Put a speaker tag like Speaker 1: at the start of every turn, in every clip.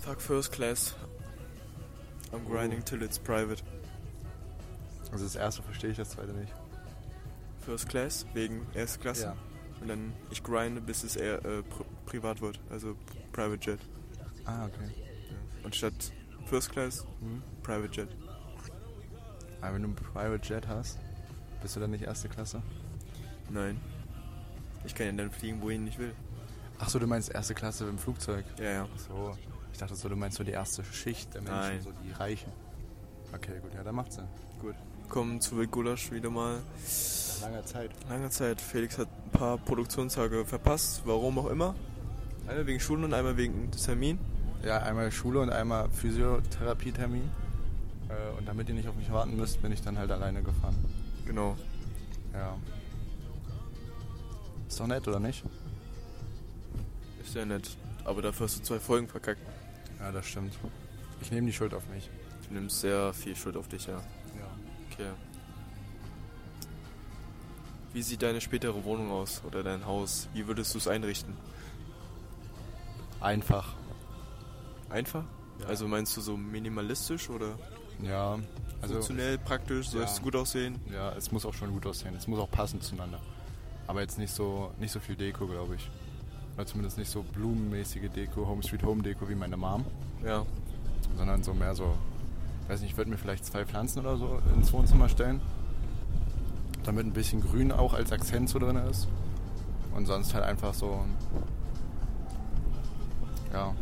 Speaker 1: Fuck First Class. I'm grinding till it's private.
Speaker 2: Also das erste verstehe ich, das zweite nicht.
Speaker 1: First Class wegen erste Klasse.
Speaker 2: Ja.
Speaker 1: Und dann ich grinde, bis es eher äh, pri privat wird. Also Private Jet.
Speaker 2: Ah, okay.
Speaker 1: Und statt First Class,
Speaker 2: Hm.
Speaker 1: Private Jet.
Speaker 2: Aber wenn du einen Private Jet hast, bist du dann nicht erste Klasse?
Speaker 1: Nein. Ich kann ja dann fliegen, wohin ich will.
Speaker 2: Ach so, du meinst erste Klasse im Flugzeug.
Speaker 1: Ja, ja.
Speaker 2: Ach so. Ich dachte so, du meinst so die erste Schicht der Menschen,
Speaker 1: Nein.
Speaker 2: so die Reichen. Okay, gut, ja, da macht's Sinn.
Speaker 1: Gut. Kommen zu Will Gulasch wieder mal.
Speaker 2: Nach langer Zeit.
Speaker 1: Lange Zeit. Felix hat ein paar Produktionstage verpasst, warum auch immer. Einmal wegen Schulen und einmal wegen Termin.
Speaker 2: Ja, einmal Schule und einmal Physiotherapietermin. Äh, Und damit ihr nicht auf mich warten müsst, bin ich dann halt alleine gefahren.
Speaker 1: Genau.
Speaker 2: Ja. Ist doch nett, oder nicht?
Speaker 1: Ist ja nett. Aber dafür hast du zwei Folgen verkackt.
Speaker 2: Ja, das stimmt. Ich nehme die Schuld auf mich.
Speaker 1: Du nimmst sehr viel Schuld auf dich, ja.
Speaker 2: Ja.
Speaker 1: Okay. Wie sieht deine spätere Wohnung aus oder dein Haus? Wie würdest du es einrichten?
Speaker 2: Einfach.
Speaker 1: Einfach?
Speaker 2: Ja.
Speaker 1: Also meinst du so minimalistisch oder
Speaker 2: Ja. Also,
Speaker 1: funktionell, praktisch? Soll
Speaker 2: ja.
Speaker 1: es gut aussehen?
Speaker 2: ja, es muss auch schon gut aussehen. Es muss auch passen zueinander. Aber jetzt nicht so, nicht so viel Deko, glaube ich. Oder zumindest nicht so blumenmäßige Deko, Home Street Home Deko wie meine Mom.
Speaker 1: Ja.
Speaker 2: sondern so mehr so, weiß nicht, ich würde mir vielleicht zwei Pflanzen oder so ins Wohnzimmer stellen, damit ein bisschen Grün auch als Akzent so drin ist und sonst halt einfach so, ein- ja,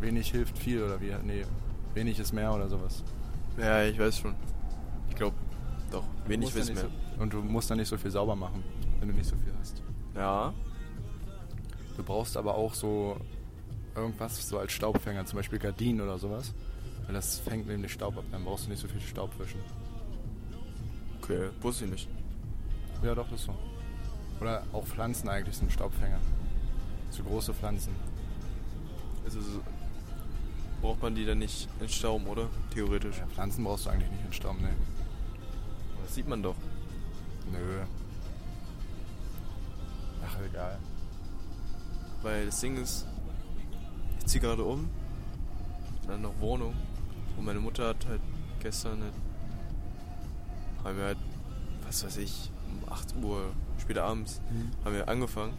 Speaker 2: wenig hilft viel oder wie, nee, wenig ist mehr oder sowas.
Speaker 1: Ja, ich weiß schon. Ich glaube, doch, wenig
Speaker 2: Du musst
Speaker 1: wissen
Speaker 2: dann
Speaker 1: mehr.
Speaker 2: nicht So, und du musst dann nicht so viel sauber machen, wenn du nicht so viel hast.
Speaker 1: Ja.
Speaker 2: Du brauchst aber auch so irgendwas so als Staubfänger, zum Beispiel Gardinen oder sowas. Weil das fängt nämlich Staub ab, dann brauchst du nicht so viel Staubwischen.
Speaker 1: Okay, wusste ich nicht.
Speaker 2: Ja, doch, das ist so. Oder auch Pflanzen eigentlich sind Staubfänger. So große Pflanzen.
Speaker 1: Also so, braucht man die dann nicht entstauben, oder? Theoretisch.
Speaker 2: Ja, Pflanzen brauchst du eigentlich nicht in Staub, ne?
Speaker 1: Das sieht man doch.
Speaker 2: Nö. Ach, egal.
Speaker 1: Weil das Ding ist, ich ziehe gerade um, dann noch Wohnung. Und meine Mutter hat halt gestern halt, haben wir halt, was weiß ich, um 8 Uhr später abends
Speaker 2: Mhm.
Speaker 1: haben wir angefangen.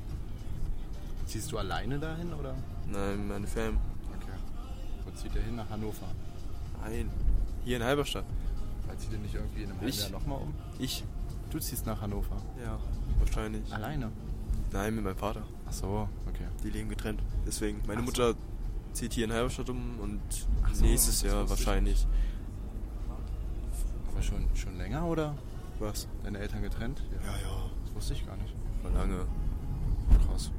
Speaker 2: Ziehst du alleine dahin oder?
Speaker 1: Nein, meine Fam.
Speaker 2: Okay. Wo zieht er hin? Nach Hannover.
Speaker 1: Nein. Hier in Halberstadt.
Speaker 2: Weil zieht er nicht irgendwie in einem halben
Speaker 1: Ich-
Speaker 2: Jahr nochmal um?
Speaker 1: Ich?
Speaker 2: Du ziehst nach Hannover.
Speaker 1: Ja, wahrscheinlich.
Speaker 2: Alleine?
Speaker 1: Nein, mit meinem Vater.
Speaker 2: Ach so, okay.
Speaker 1: Die leben getrennt. Deswegen, meine
Speaker 2: Ach so.
Speaker 1: Mutter zieht hier in Halberstadt um und
Speaker 2: Ach so,
Speaker 1: nächstes
Speaker 2: das
Speaker 1: Jahr
Speaker 2: wusste ich
Speaker 1: wahrscheinlich.
Speaker 2: Aber schon, schon länger oder?
Speaker 1: Was?
Speaker 2: Deine Eltern getrennt?
Speaker 1: Ja, ja.
Speaker 2: Das wusste ich gar nicht.
Speaker 1: Schon lange.
Speaker 2: Krass.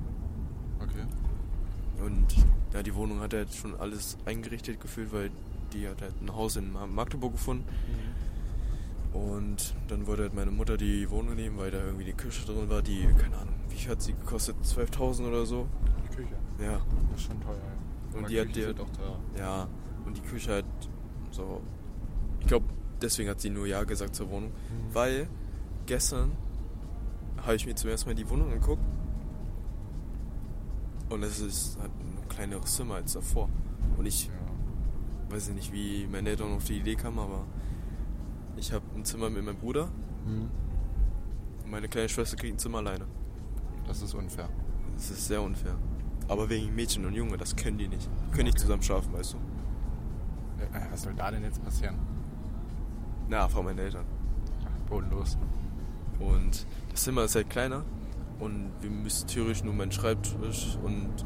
Speaker 2: Okay.
Speaker 1: Und ja, die Wohnung hat halt schon alles eingerichtet gefühlt, weil die hat halt ein Haus in Ma- Magdeburg gefunden.
Speaker 2: Mhm.
Speaker 1: Und dann wollte halt meine Mutter die Wohnung nehmen, weil da irgendwie die Küche drin war, die, keine Ahnung, wie viel hat sie gekostet? 12.000 oder so?
Speaker 2: Die Küche.
Speaker 1: Ja.
Speaker 2: Das ist schon teuer, ja.
Speaker 1: Und
Speaker 2: Aber
Speaker 1: die hat
Speaker 2: Küche
Speaker 1: dir-
Speaker 2: ist halt auch teuer.
Speaker 1: Ja. Und die Küche halt so. Ich glaube, deswegen hat sie nur Ja gesagt zur Wohnung.
Speaker 2: Mhm.
Speaker 1: Weil gestern habe ich mir zum ersten Mal die Wohnung angeguckt. Und es ist halt ein kleineres Zimmer als davor. Und ich weiß ich nicht, wie meine Eltern auf die Idee kamen, aber ich habe ein Zimmer mit meinem Bruder
Speaker 2: Mhm.
Speaker 1: und meine kleine Schwester kriegt ein Zimmer alleine.
Speaker 2: Das ist unfair.
Speaker 1: Das ist sehr unfair. Aber wegen Mädchen und Junge, das können die nicht. Können nicht
Speaker 2: Okay.
Speaker 1: zusammen schlafen, weißt du?
Speaker 2: Äh, Was soll da denn jetzt passieren?
Speaker 1: Na, frag meine Eltern.
Speaker 2: Bodenlos.
Speaker 1: Und das Zimmer ist halt kleiner und wir müssen theoretisch nur meinen Schreibtisch und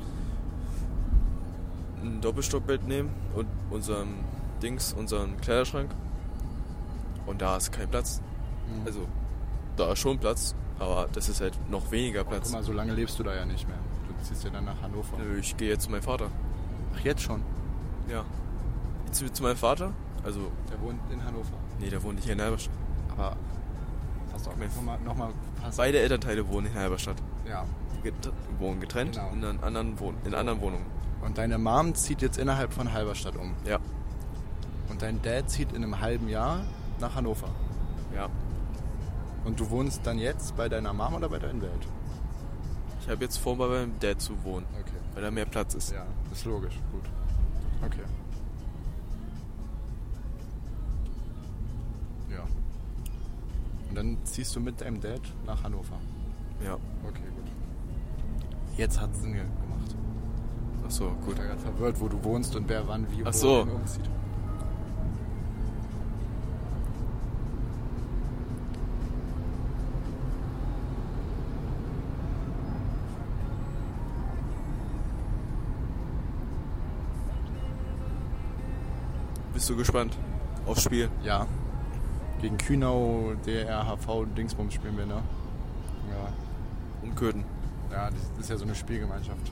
Speaker 1: ein Doppelstockbett nehmen und unseren Dings, unseren Kleiderschrank. Und da ist kein Platz.
Speaker 2: Mhm.
Speaker 1: Also, da ist schon Platz, aber das ist halt noch weniger
Speaker 2: Und guck
Speaker 1: Platz.
Speaker 2: mal, so lange lebst du da ja nicht mehr. Du ziehst ja dann nach Hannover.
Speaker 1: Nö, Ich gehe jetzt zu meinem Vater.
Speaker 2: Ach, jetzt schon?
Speaker 1: Ja. Ich ziehe zu meinem Vater. Also,
Speaker 2: Der wohnt in Hannover.
Speaker 1: nee, der wohnt nicht hier in Halberstadt.
Speaker 2: Aber hast du auch
Speaker 1: Mir-
Speaker 2: nochmal noch mal passt-
Speaker 1: Beide Elternteile wohnen in Halberstadt.
Speaker 2: Ja.
Speaker 1: Die get- wohnen getrennt
Speaker 2: Genau.
Speaker 1: in, an- anderen Wohn in anderen Wohnungen.
Speaker 2: Und deine Mom zieht jetzt innerhalb von Halberstadt um.
Speaker 1: Ja.
Speaker 2: Und dein Dad zieht in einem halben Jahr nach Hannover.
Speaker 1: Ja.
Speaker 2: Und du wohnst dann jetzt bei deiner Mom oder bei deinem Dad?
Speaker 1: Ich habe jetzt vor, bei meinem Dad zu wohnen.
Speaker 2: Okay.
Speaker 1: weil da mehr Platz ist.
Speaker 2: Ja, ist logisch. Gut. Okay. Ja. Und dann ziehst du mit deinem Dad nach Hannover.
Speaker 1: Ja.
Speaker 2: Okay, gut. Jetzt hat es Sinn gemacht.
Speaker 1: Ach so,
Speaker 2: Gut,
Speaker 1: gut.
Speaker 2: da ganz verwirrt, wo du wohnst und wer wann wie
Speaker 1: Ach
Speaker 2: wo
Speaker 1: so.
Speaker 2: hin umzieht.
Speaker 1: Bist du gespannt aufs Spiel?
Speaker 2: Ja. Gegen Kühnau, DRHV, Dingsbums spielen wir, ne? Ja.
Speaker 1: Und Köthen.
Speaker 2: Ja, das ist ja so eine Spielgemeinschaft.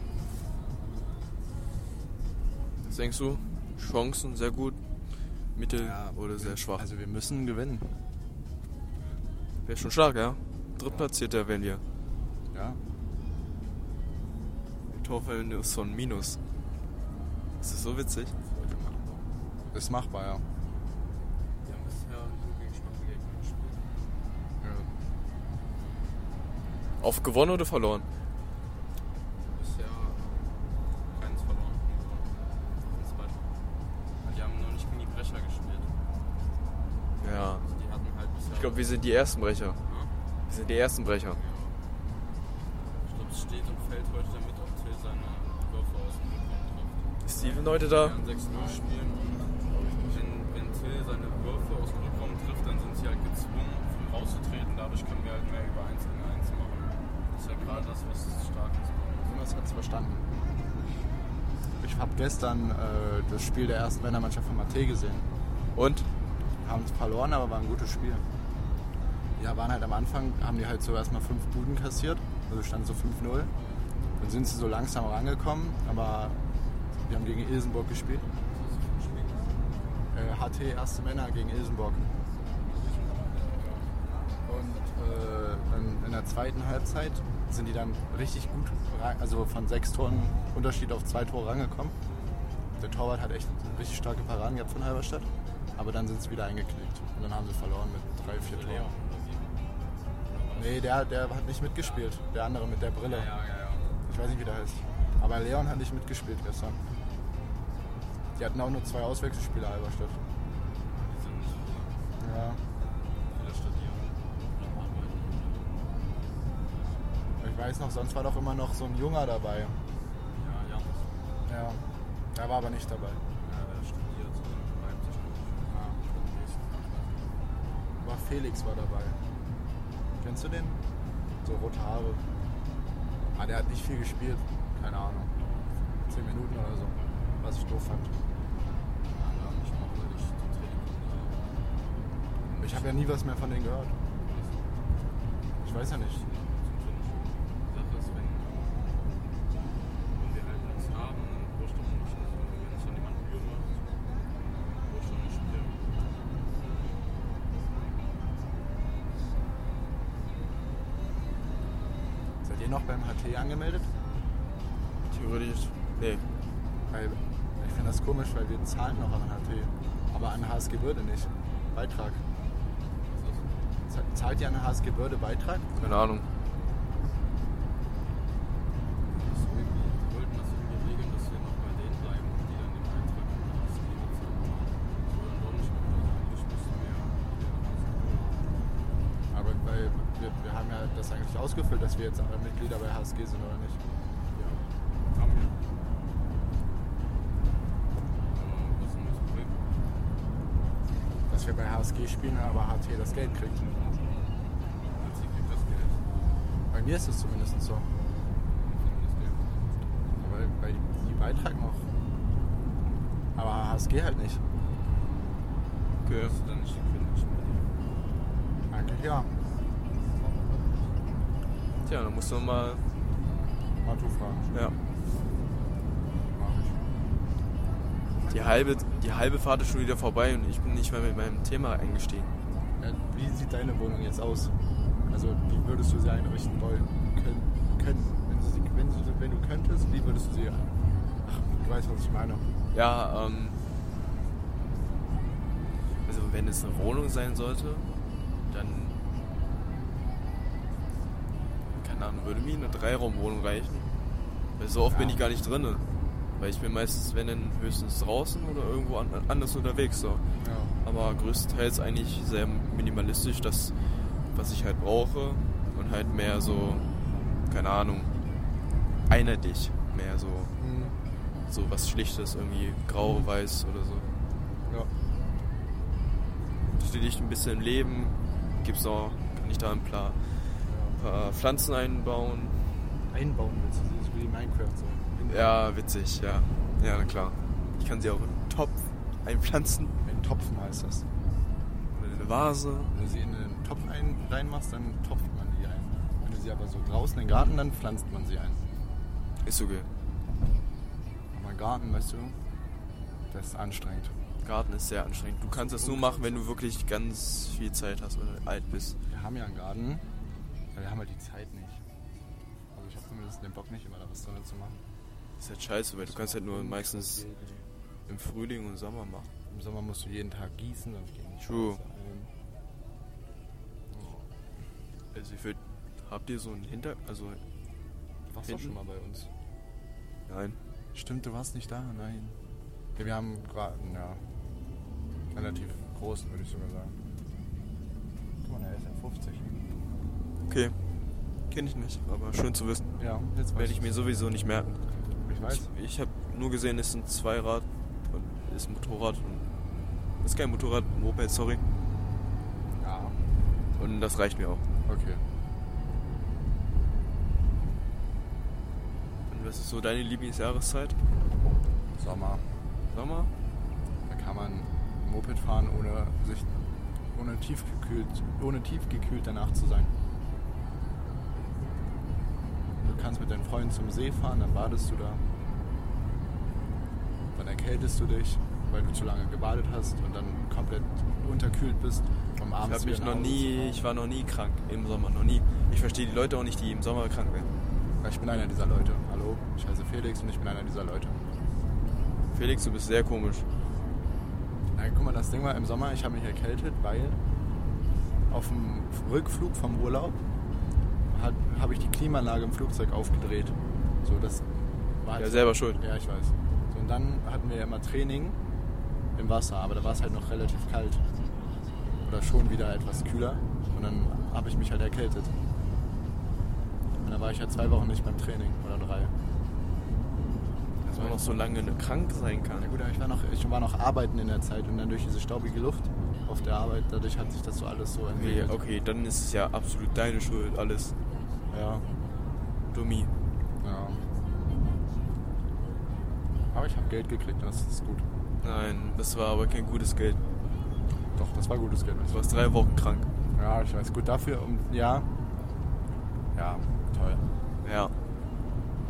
Speaker 1: Was denkst du? Chancen sehr gut, mittel oder sehr schwach?
Speaker 2: Also wir müssen gewinnen.
Speaker 1: Wäre schon stark, ja? Drittplatzierter wären wir.
Speaker 2: Ja.
Speaker 1: Torverhältnis von Minus. Ist das so witzig?
Speaker 2: Ist machbar, ja.
Speaker 3: Wir haben bisher nur gegen schwache Gegner gespielt.
Speaker 1: Auf gewonnen oder verloren?
Speaker 3: Bisher keins verloren. Keins weiter. Die haben noch nicht gegen die Brecher gespielt.
Speaker 1: Ja.
Speaker 3: Also die hatten halt bisher.
Speaker 1: Ich glaube, wir sind die ersten Brecher.
Speaker 3: Ja.
Speaker 1: Wir sind die ersten Brecher.
Speaker 3: Ich glaube, es steht und fällt heute damit, ob Till seine Würfe aus dem Rückraum trifft.
Speaker 1: Ist Steven heute
Speaker 3: Wir
Speaker 1: da?
Speaker 3: werden 6-0 spielen und wenn, wenn Till seine Würfe aus dem Rückraum trifft, dann sind sie halt gezwungen, von rauszutreten. Dadurch können wir halt mehr über 1 gegen 1 machen. Das ist ja gerade das, was stark ist.
Speaker 2: Jonas hat es verstanden. Ich habe gestern äh, das Spiel der ersten Männermannschaft von Mate gesehen.
Speaker 1: Und?
Speaker 2: Haben verloren, aber war ein gutes Spiel. Ja, waren halt am Anfang, haben die halt so erstmal fünf Buden kassiert. Also stand so 5-0. Dann sind sie so langsam rangekommen, aber wir haben gegen Ilsenburg gespielt. Äh, HT erste Männer gegen Ilsenburg. Und äh, dann in der zweiten Halbzeit sind die dann richtig gut, ra- also von sechs Toren Unterschied auf zwei Tore rangekommen. Der Torwart hat echt richtig starke Paraden gehabt von Halberstadt, aber dann sind sie wieder eingeknickt. Und dann haben sie verloren mit drei, vier
Speaker 3: Leon
Speaker 2: Toren.
Speaker 3: oder sie.
Speaker 2: Nee, der, der hat nicht mitgespielt. Der andere mit der Brille.
Speaker 3: Ja, ja, ja. ja.
Speaker 2: Ich weiß nicht, wie der heißt. Aber Leon hat nicht mitgespielt gestern. Die hatten auch nur zwei Auswechselspieler Halberstadt.
Speaker 3: Die sind nicht so lang.
Speaker 2: Ja,
Speaker 3: Viele studieren. Noch arbeiten.
Speaker 2: ich weiß noch, sonst war doch immer noch so ein Junger dabei.
Speaker 3: Ja, Jan.
Speaker 2: Ja, der war aber nicht dabei.
Speaker 3: Ja, der studiert in Leipzig. Ja,
Speaker 2: Aber Felix war dabei. Kennst du den? So rote Haare. Ah, der hat nicht viel gespielt. Keine Ahnung. Zehn Minuten oder so. Was ich doof fand.
Speaker 3: ich mache wirklich zum Training.
Speaker 2: Ich habe ja nie was mehr von denen gehört. Ich weiß ja nicht.
Speaker 3: Sache ist, wenn, wenn wir halt nichts haben, dann brauchst du nicht. Also, wenn es dann jemand Mühe macht, brauchst du nicht spielen.
Speaker 2: Seid ihr noch beim HT angemeldet?
Speaker 1: Theoretisch. Nee.
Speaker 2: Weil ich finde das komisch, weil wir zahlen noch an HT, aber an HSG Bürde nicht. Beitrag.
Speaker 3: Das ist
Speaker 2: Z- Zahlt ihr an HSG Bürde Beitrag?
Speaker 1: Keine Ahnung.
Speaker 3: das irgendwie, die wollten das irgendwie regeln, dass wir noch bei denen bleiben, die dann den Eintrag in die HSG bezahlt haben. Das wurde dann doch nicht gemacht, also eigentlich müssen wir wieder nach Hause.
Speaker 2: Aber weil wir, wir haben ja das eigentlich ausgefüllt, dass wir jetzt alle Mitglieder bei HSG sind oder nicht.
Speaker 3: Ja, haben wir. Aber was ist denn das Problem?
Speaker 2: Dass wir bei HSG spielen, aber HT das Geld kriegt.
Speaker 3: Als sie kriegt das Geld.
Speaker 2: Bei mir ist es zumindest so.
Speaker 3: Das Geld.
Speaker 2: Weil, weil die Beitrag noch. Aber HSG halt nicht.
Speaker 1: Okay.
Speaker 3: Hast du dann nicht gekündigt bei dir?
Speaker 2: Eigentlich ja.
Speaker 1: Tja, dann musst du mal.
Speaker 2: Mal du fragen.
Speaker 1: Ja.
Speaker 2: Mach ich.
Speaker 1: Die halbe, die halbe Fahrt ist schon wieder vorbei und ich bin nicht mehr mit meinem Thema eingestiegen.
Speaker 2: Ja, Äh, wie sieht deine Wohnung jetzt aus? Also wie würdest du sie einrichten wollen können? können? Wenn, du sie, wenn, du, wenn du könntest, wie würdest du sie Ach, du weißt, was ich meine.
Speaker 1: Ja, ähm. Also, wenn es eine Wohnung sein sollte, dann. Keine Ahnung, würde mir eine Dreiraumwohnung reichen. Weil so oft bin
Speaker 2: Ja.
Speaker 1: ich gar nicht drinne. Weil ich bin meistens, wenn dann höchstens draußen oder irgendwo an, anders unterwegs. So.
Speaker 2: Ja.
Speaker 1: Aber größtenteils eigentlich sehr minimalistisch, das, was ich halt brauche. Und halt mehr so, keine Ahnung, einheitlich. Mehr so,
Speaker 2: Mhm.
Speaker 1: so was Schlichtes, irgendwie grau, weiß oder so.
Speaker 2: ja.
Speaker 1: Stehe ich ein bisschen im Leben, gibt's auch, kann ich da ein paar, paar Pflanzen einbauen.
Speaker 2: Einbauen willst du sie, so wie Minecraft so.
Speaker 1: Ja, witzig, ja. Ja, na klar. Ich kann sie auch in einen Topf einpflanzen
Speaker 2: In Topfen heißt das.
Speaker 1: oder in eine Vase.
Speaker 2: Wenn du sie in einen Topf ein, reinmachst, dann topft man die ein. Wenn du sie aber so draußen im Garten, dann pflanzt man sie ein.
Speaker 1: Ist okay.
Speaker 2: Aber Garten, weißt du, das ist anstrengend.
Speaker 1: Garten ist sehr anstrengend. Du kannst das nur machen, wenn du wirklich ganz viel Zeit hast oder alt bist.
Speaker 2: Wir haben ja einen Garten, aber wir haben halt die Zeit nicht. Also ich habe zumindest den Bock nicht immer da was drin zu machen.
Speaker 1: Ist halt scheiße, weil du kannst halt nur meistens im Frühling und Sommer machen.
Speaker 2: Im Sommer musst du jeden Tag gießen, sonst geht nicht
Speaker 1: True.
Speaker 2: Ein. Oh,
Speaker 1: Also ich würde. Habt ihr so einen Hinter. Also.
Speaker 2: Du warst
Speaker 1: Hinten?
Speaker 2: doch schon mal bei uns.
Speaker 1: Nein.
Speaker 2: Stimmt, du warst nicht da, nein. Ja, wir haben einen Garten, ja. Relativ großen, würde ich sogar sagen. Guck mal, der ist ja 50.
Speaker 1: Okay. Kenne ich nicht, aber schön zu wissen.
Speaker 2: Ja, jetzt weiß
Speaker 1: Werde ich mir sowieso nicht merken.
Speaker 2: Ich weiß.
Speaker 1: Ich, ich habe nur gesehen, es ist ein Zweirad und ist ein Motorrad. Und ist kein Motorrad, ein Moped, sorry.
Speaker 2: Ja,
Speaker 1: Und das reicht mir auch.
Speaker 2: okay.
Speaker 1: Und was ist so deine Lieblingsjahreszeit?
Speaker 2: Sommer.
Speaker 1: Sommer?
Speaker 2: Da kann man Moped fahren, ohne sich ohne tiefgekühlt, ohne tiefgekühlt danach zu sein. Du kannst mit deinen Freunden zum See fahren, dann badest du da. Dann erkältest du dich, weil du zu lange gebadet hast und dann komplett unterkühlt bist. Um
Speaker 1: Ich
Speaker 2: abends
Speaker 1: habe mich
Speaker 2: wieder nach
Speaker 1: noch
Speaker 2: Hause zu
Speaker 1: nie,
Speaker 2: fahren.
Speaker 1: ich war noch nie krank im Sommer, noch nie. Ich verstehe die Leute auch nicht, die im Sommer krank werden.
Speaker 2: Ich bin einer dieser Leute. Hallo, ich heiße Felix und ich bin einer dieser Leute.
Speaker 1: Felix, du bist sehr komisch.
Speaker 2: Na, guck mal, das Ding war im Sommer, ich habe mich erkältet, weil auf dem Rückflug vom Urlaub hat- habe ich die Klimaanlage im Flugzeug aufgedreht. So, das war halt
Speaker 1: Ja, selber schuld.
Speaker 2: Ja, ich weiß. So, und dann hatten wir ja immer Training im Wasser, aber da war es halt noch relativ kalt. Oder schon wieder etwas kühler. Und dann habe ich mich halt erkältet. Und dann war ich ja zwei Wochen nicht beim Training oder drei.
Speaker 1: Dass man noch so lange ne, krank sein
Speaker 2: Na
Speaker 1: kann.
Speaker 2: gut, aber ich war, noch, ich war noch arbeiten in der Zeit und dann durch diese staubige Luft auf der Arbeit, dadurch hat sich das so alles so
Speaker 1: Nee,
Speaker 2: entwickelt.
Speaker 1: okay, dann ist es ja absolut deine Schuld, alles.
Speaker 2: Ja,
Speaker 1: Dummi.
Speaker 2: ja. Aber ich habe Geld gekriegt, das ist gut.
Speaker 1: Nein, das war aber kein gutes Geld.
Speaker 2: Doch, das war gutes Geld.
Speaker 1: Du warst drei Wochen krank.
Speaker 2: Ja, ich weiß. Gut, dafür, um, ja. Ja, toll.
Speaker 1: Ja.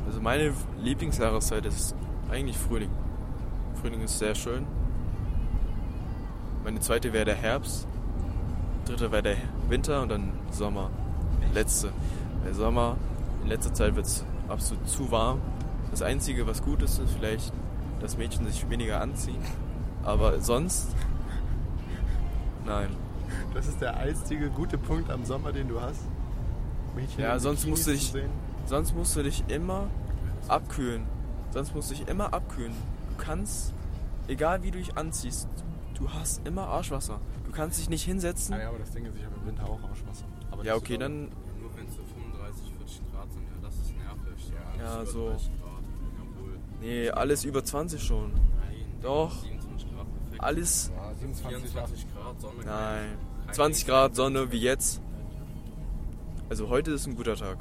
Speaker 1: Also meine Lieblingsjahreszeit ist eigentlich Frühling. Frühling ist sehr schön. Meine zweite wäre der Herbst. Dritte wäre der Winter und dann Sommer. Letzte. Weil Sommer, in letzter Zeit wird es absolut zu warm. Das Einzige, was gut ist, ist vielleicht, dass Mädchen sich weniger anziehen. Aber sonst. Nein.
Speaker 2: Das ist der einzige gute Punkt am Sommer, den du hast. Mädchen
Speaker 1: Ja,
Speaker 2: in
Speaker 1: sonst musst
Speaker 2: Bikinis
Speaker 1: du
Speaker 2: zu
Speaker 1: dich-
Speaker 2: sehen.
Speaker 1: Sonst musst du dich immer abkühlen. Sonst musst du dich immer abkühlen. Du kannst, egal wie du dich anziehst, du hast immer Arschwasser. Du kannst dich nicht hinsetzen.
Speaker 2: Ah, ja, aber das Ding ist, ich habe im Winter auch Arschwasser. Aber
Speaker 1: Ja,
Speaker 2: das
Speaker 1: okay,
Speaker 2: ist egal.
Speaker 1: dann.
Speaker 3: Ja, nur wenn es so 35, 40 Grad sind, ja, das ist nervig. Ja, alles
Speaker 1: Ja,
Speaker 3: über
Speaker 1: so.
Speaker 3: 30 Grad. Jawohl.
Speaker 1: Nee, alles über 20 schon.
Speaker 3: Nein.
Speaker 1: Doch.
Speaker 3: 27 Grad perfekt.
Speaker 1: Alles.
Speaker 2: Ja, 27 Grad.
Speaker 3: 24 Grad Sonne.
Speaker 1: Nein.
Speaker 3: kein-
Speaker 1: 20 Grad Sonne wie jetzt. Also heute ist ein guter Tag.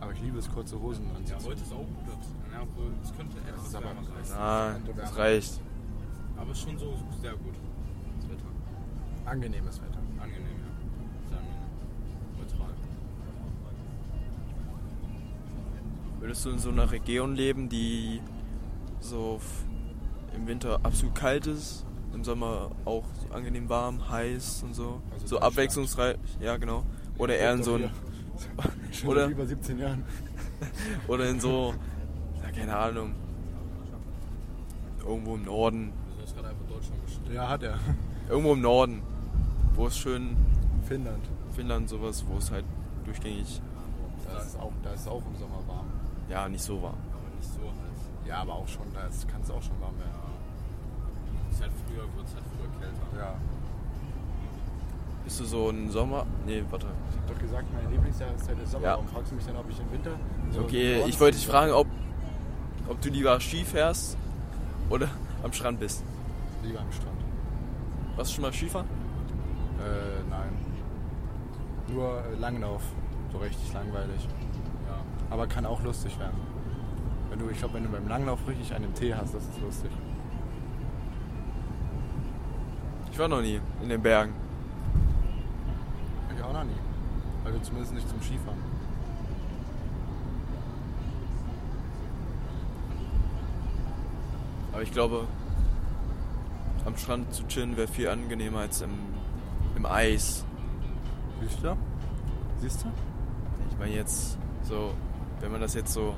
Speaker 2: Aber ich liebe es, kurze Hosen
Speaker 3: Ja,
Speaker 2: anzuziehen.
Speaker 3: heute ist auch gut. Ja, obwohl, es könnte etwas
Speaker 2: ist aber-
Speaker 3: wärmer sein.
Speaker 1: Nein, das reicht.
Speaker 3: Aber schon so sehr gut. Das Wetter.
Speaker 2: Angenehmes Wetter.
Speaker 3: Angenehm, ja. Sehr angenehm. Neutral.
Speaker 1: Würdest du in so einer Region leben, die so f- im Winter absolut kalt ist, im Sommer auch so angenehm warm, heiß und so?
Speaker 2: Also
Speaker 1: so
Speaker 2: Deutschland.
Speaker 1: abwechslungsreich, ja genau. Oder eher in so ein,
Speaker 2: Schon
Speaker 1: Oder-
Speaker 2: seit über 17 Jahren.
Speaker 1: oder in so, ja, keine Ahnung, irgendwo im Norden,
Speaker 3: Du hast Also gerade einfach Deutschland beschrieben.
Speaker 2: Ja, hat er.
Speaker 1: irgendwo im Norden, wo es schön,
Speaker 2: Finnland.
Speaker 1: Finnland sowas, wo es halt durchgängig,
Speaker 2: Da ist auch, da ist auch im Sommer warm.
Speaker 1: ja, nicht so warm.
Speaker 3: Aber nicht so heiß.
Speaker 2: Ja, aber auch schon, da kann es auch schon warm werden.
Speaker 3: Ist halt früher, wurde es halt früher kälter.
Speaker 2: Ja.
Speaker 1: Bist du so ein Sommer. Nee, warte.
Speaker 2: Ich habe doch gesagt, meine Lieblingsjahreszeit ist halt Sommer.
Speaker 1: Ja.
Speaker 2: Warum fragst du mich dann, ob ich im Winter? so
Speaker 1: Okay,
Speaker 2: Norden-
Speaker 1: ich wollte dich fragen, ob, ob du lieber Ski fährst oder am Strand bist.
Speaker 2: Lieber am Strand.
Speaker 1: Warst du schon mal Skifahren?
Speaker 2: Äh, nein. Nur äh, Langlauf. So richtig langweilig.
Speaker 3: Ja.
Speaker 2: Aber kann auch lustig werden. Wenn du, ich glaube, wenn du beim Langlauf richtig einen Tee hast, das ist lustig.
Speaker 1: Ich war noch nie in den Bergen.
Speaker 2: Ich auch noch nie. Also zumindest nicht zum Skifahren.
Speaker 1: Aber ich glaube, am Strand zu chillen wäre viel angenehmer als im, im Eis.
Speaker 2: Siehst du? Siehst du?
Speaker 1: Ich meine jetzt so, wenn man das jetzt so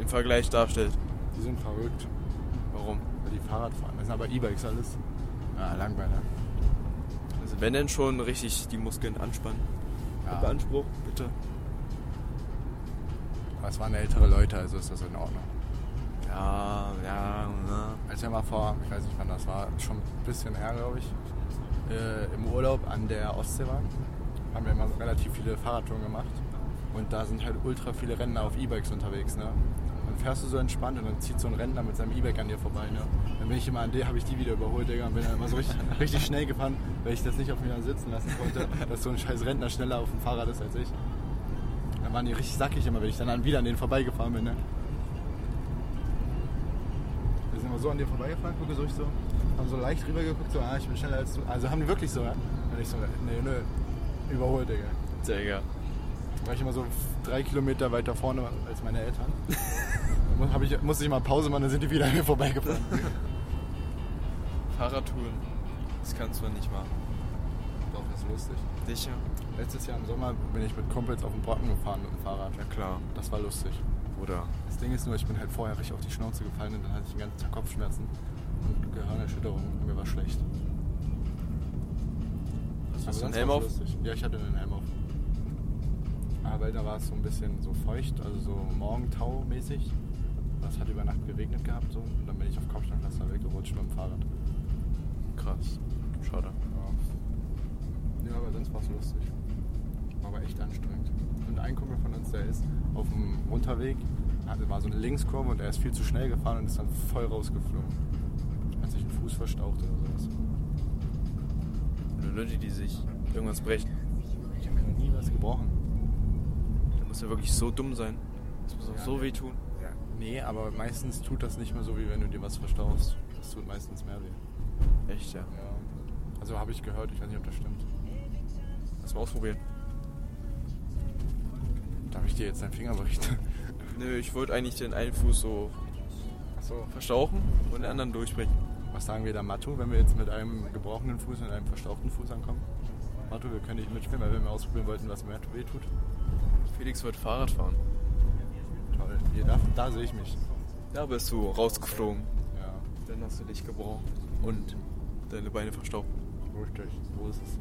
Speaker 1: im Vergleich darstellt.
Speaker 2: Die sind verrückt,
Speaker 1: Warum?
Speaker 2: weil die Fahrrad fahren. Das sind aber Ah, E-Bikes alles. Ja, langweilig.
Speaker 1: Also wenn denn schon richtig die Muskeln anspannen.
Speaker 2: Ja.
Speaker 1: Beanspruch, bitte.
Speaker 2: Aber es waren ältere Leute, also ist das in Ordnung.
Speaker 1: Ja, ja, ja.
Speaker 2: Als wir mal vor, ich weiß nicht wann das war, schon ein bisschen her, glaube ich, äh, im Urlaub an der Ostsee waren, haben wir immer relativ viele Fahrradtouren gemacht. Und da sind halt ultra viele Rentner auf E-Bikes unterwegs, ne? Dann fährst du so entspannt und dann zieht so ein Rentner mit seinem E-Bike an dir vorbei, ne? Dann bin ich immer an dir, habe ich die wieder überholt, Digga, und bin dann immer so richtig, richtig schnell gefahren, weil ich das nicht auf mir dann sitzen lassen wollte, dass so ein scheiß Rentner schneller auf dem Fahrrad ist als ich. Dann waren die richtig sackig immer, wenn ich dann an, wieder an denen vorbeigefahren bin, ne? Wir sind immer so an dir vorbeigefahren, gucke so ich so, haben so leicht rübergeguckt, so, ah, ich bin schneller als du. Also haben die wirklich so, ja? Und ich so, nee, nö, überholt, Digga.
Speaker 1: Sehr egal.
Speaker 2: War ich immer so drei Kilometer weiter vorne als meine Eltern. Dann hab ich, musste ich mal Pause machen, dann sind die wieder an mir vorbeigefahren.
Speaker 1: Fahrradtouren. Das kannst du nicht machen.
Speaker 2: Doch, das ist lustig.
Speaker 1: Sicher?
Speaker 2: Letztes Jahr im Sommer bin ich mit Kumpels auf den Brocken gefahren mit dem Fahrrad.
Speaker 1: Ja klar.
Speaker 2: Das war lustig.
Speaker 1: Oder?
Speaker 2: Das Ding ist nur, ich bin halt vorher richtig auf die Schnauze gefallen und dann hatte ich den ganzen Tag Kopfschmerzen und Gehirnerschütterung. und Mir war schlecht.
Speaker 1: Hast du
Speaker 2: Aber
Speaker 1: so einen
Speaker 2: sonst
Speaker 1: Helm
Speaker 2: war's
Speaker 1: auf?
Speaker 2: lustig. Ja, ich hatte einen Helm auf. Aber da war es so ein bisschen so feucht, also so Morgentau-mäßig. Es hat über Nacht geregnet gehabt so. und dann bin ich auf Kopfsteinpflaster weggerutscht mit dem Fahrrad.
Speaker 1: Krass. Schade.
Speaker 2: Ja. ja, aber sonst war es lustig. War aber echt anstrengend. Und ein Kumpel von uns, der ist auf dem Unterweg, hatte war so eine Linkskurve und er ist viel zu schnell gefahren und ist dann voll rausgeflogen. Hat sich den Fuß verstaucht oder sowas.
Speaker 1: Nur Leute, die sich irgendwas brechen.
Speaker 2: Ich habe mir noch nie was gebrochen.
Speaker 1: Da muss ja wirklich so dumm sein. Das muss auch
Speaker 2: Ja.
Speaker 1: so weh tun.
Speaker 2: Nee, aber meistens tut das nicht mehr so, wie wenn du dir was verstaust. Das tut meistens mehr weh.
Speaker 1: Echt, ja.
Speaker 2: Ja. Also habe ich gehört, ich weiß nicht, ob das stimmt.
Speaker 1: Lass mal ausprobieren.
Speaker 2: Darf ich dir jetzt deinen Finger berichten?
Speaker 1: Nö, ich wollte eigentlich den einen Fuß so
Speaker 2: Achso.
Speaker 1: verstauchen und den anderen durchbrechen.
Speaker 2: Was sagen wir da, Matu, wenn wir jetzt mit einem gebrochenen Fuß und einem verstauchten Fuß ankommen? Matu, wir können nicht mitspielen, weil wir mal ausprobieren wollten, was mehr weh tut.
Speaker 1: Felix wollte Fahrrad fahren.
Speaker 2: Toll. Hier, da, da sehe ich mich.
Speaker 1: Da bist du rausgeflogen.
Speaker 2: Ja.
Speaker 1: Dann hast du dich gebrochen. Und deine Beine verstaucht.
Speaker 2: Richtig. So ist es.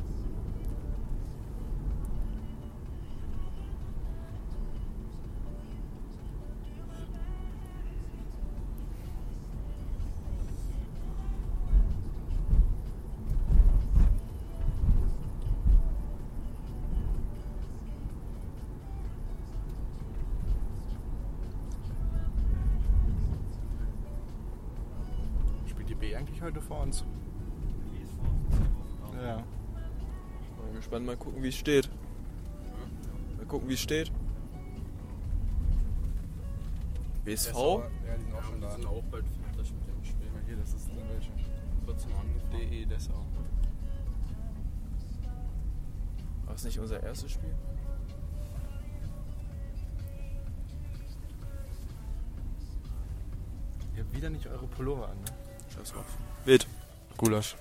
Speaker 2: Spielt die B eigentlich heute vor uns? Ja.
Speaker 1: Mal gespannt, mal gucken, wie es steht. Mal gucken, wie es steht. BSV?
Speaker 2: Ja, die sind auch schon
Speaker 3: Ja,
Speaker 2: da.
Speaker 3: die sind auch bald fertig mit dem Spiel.
Speaker 2: Guck mal Hier, das ist dann welche.
Speaker 3: 14 Uhr angefangen.
Speaker 2: DE Dessau.
Speaker 1: War es nicht unser erstes Spiel?
Speaker 2: Ihr habt wieder nicht eure ne? Pullover an, ne?
Speaker 1: Scheiß drauf. Wild.
Speaker 2: Gulasch.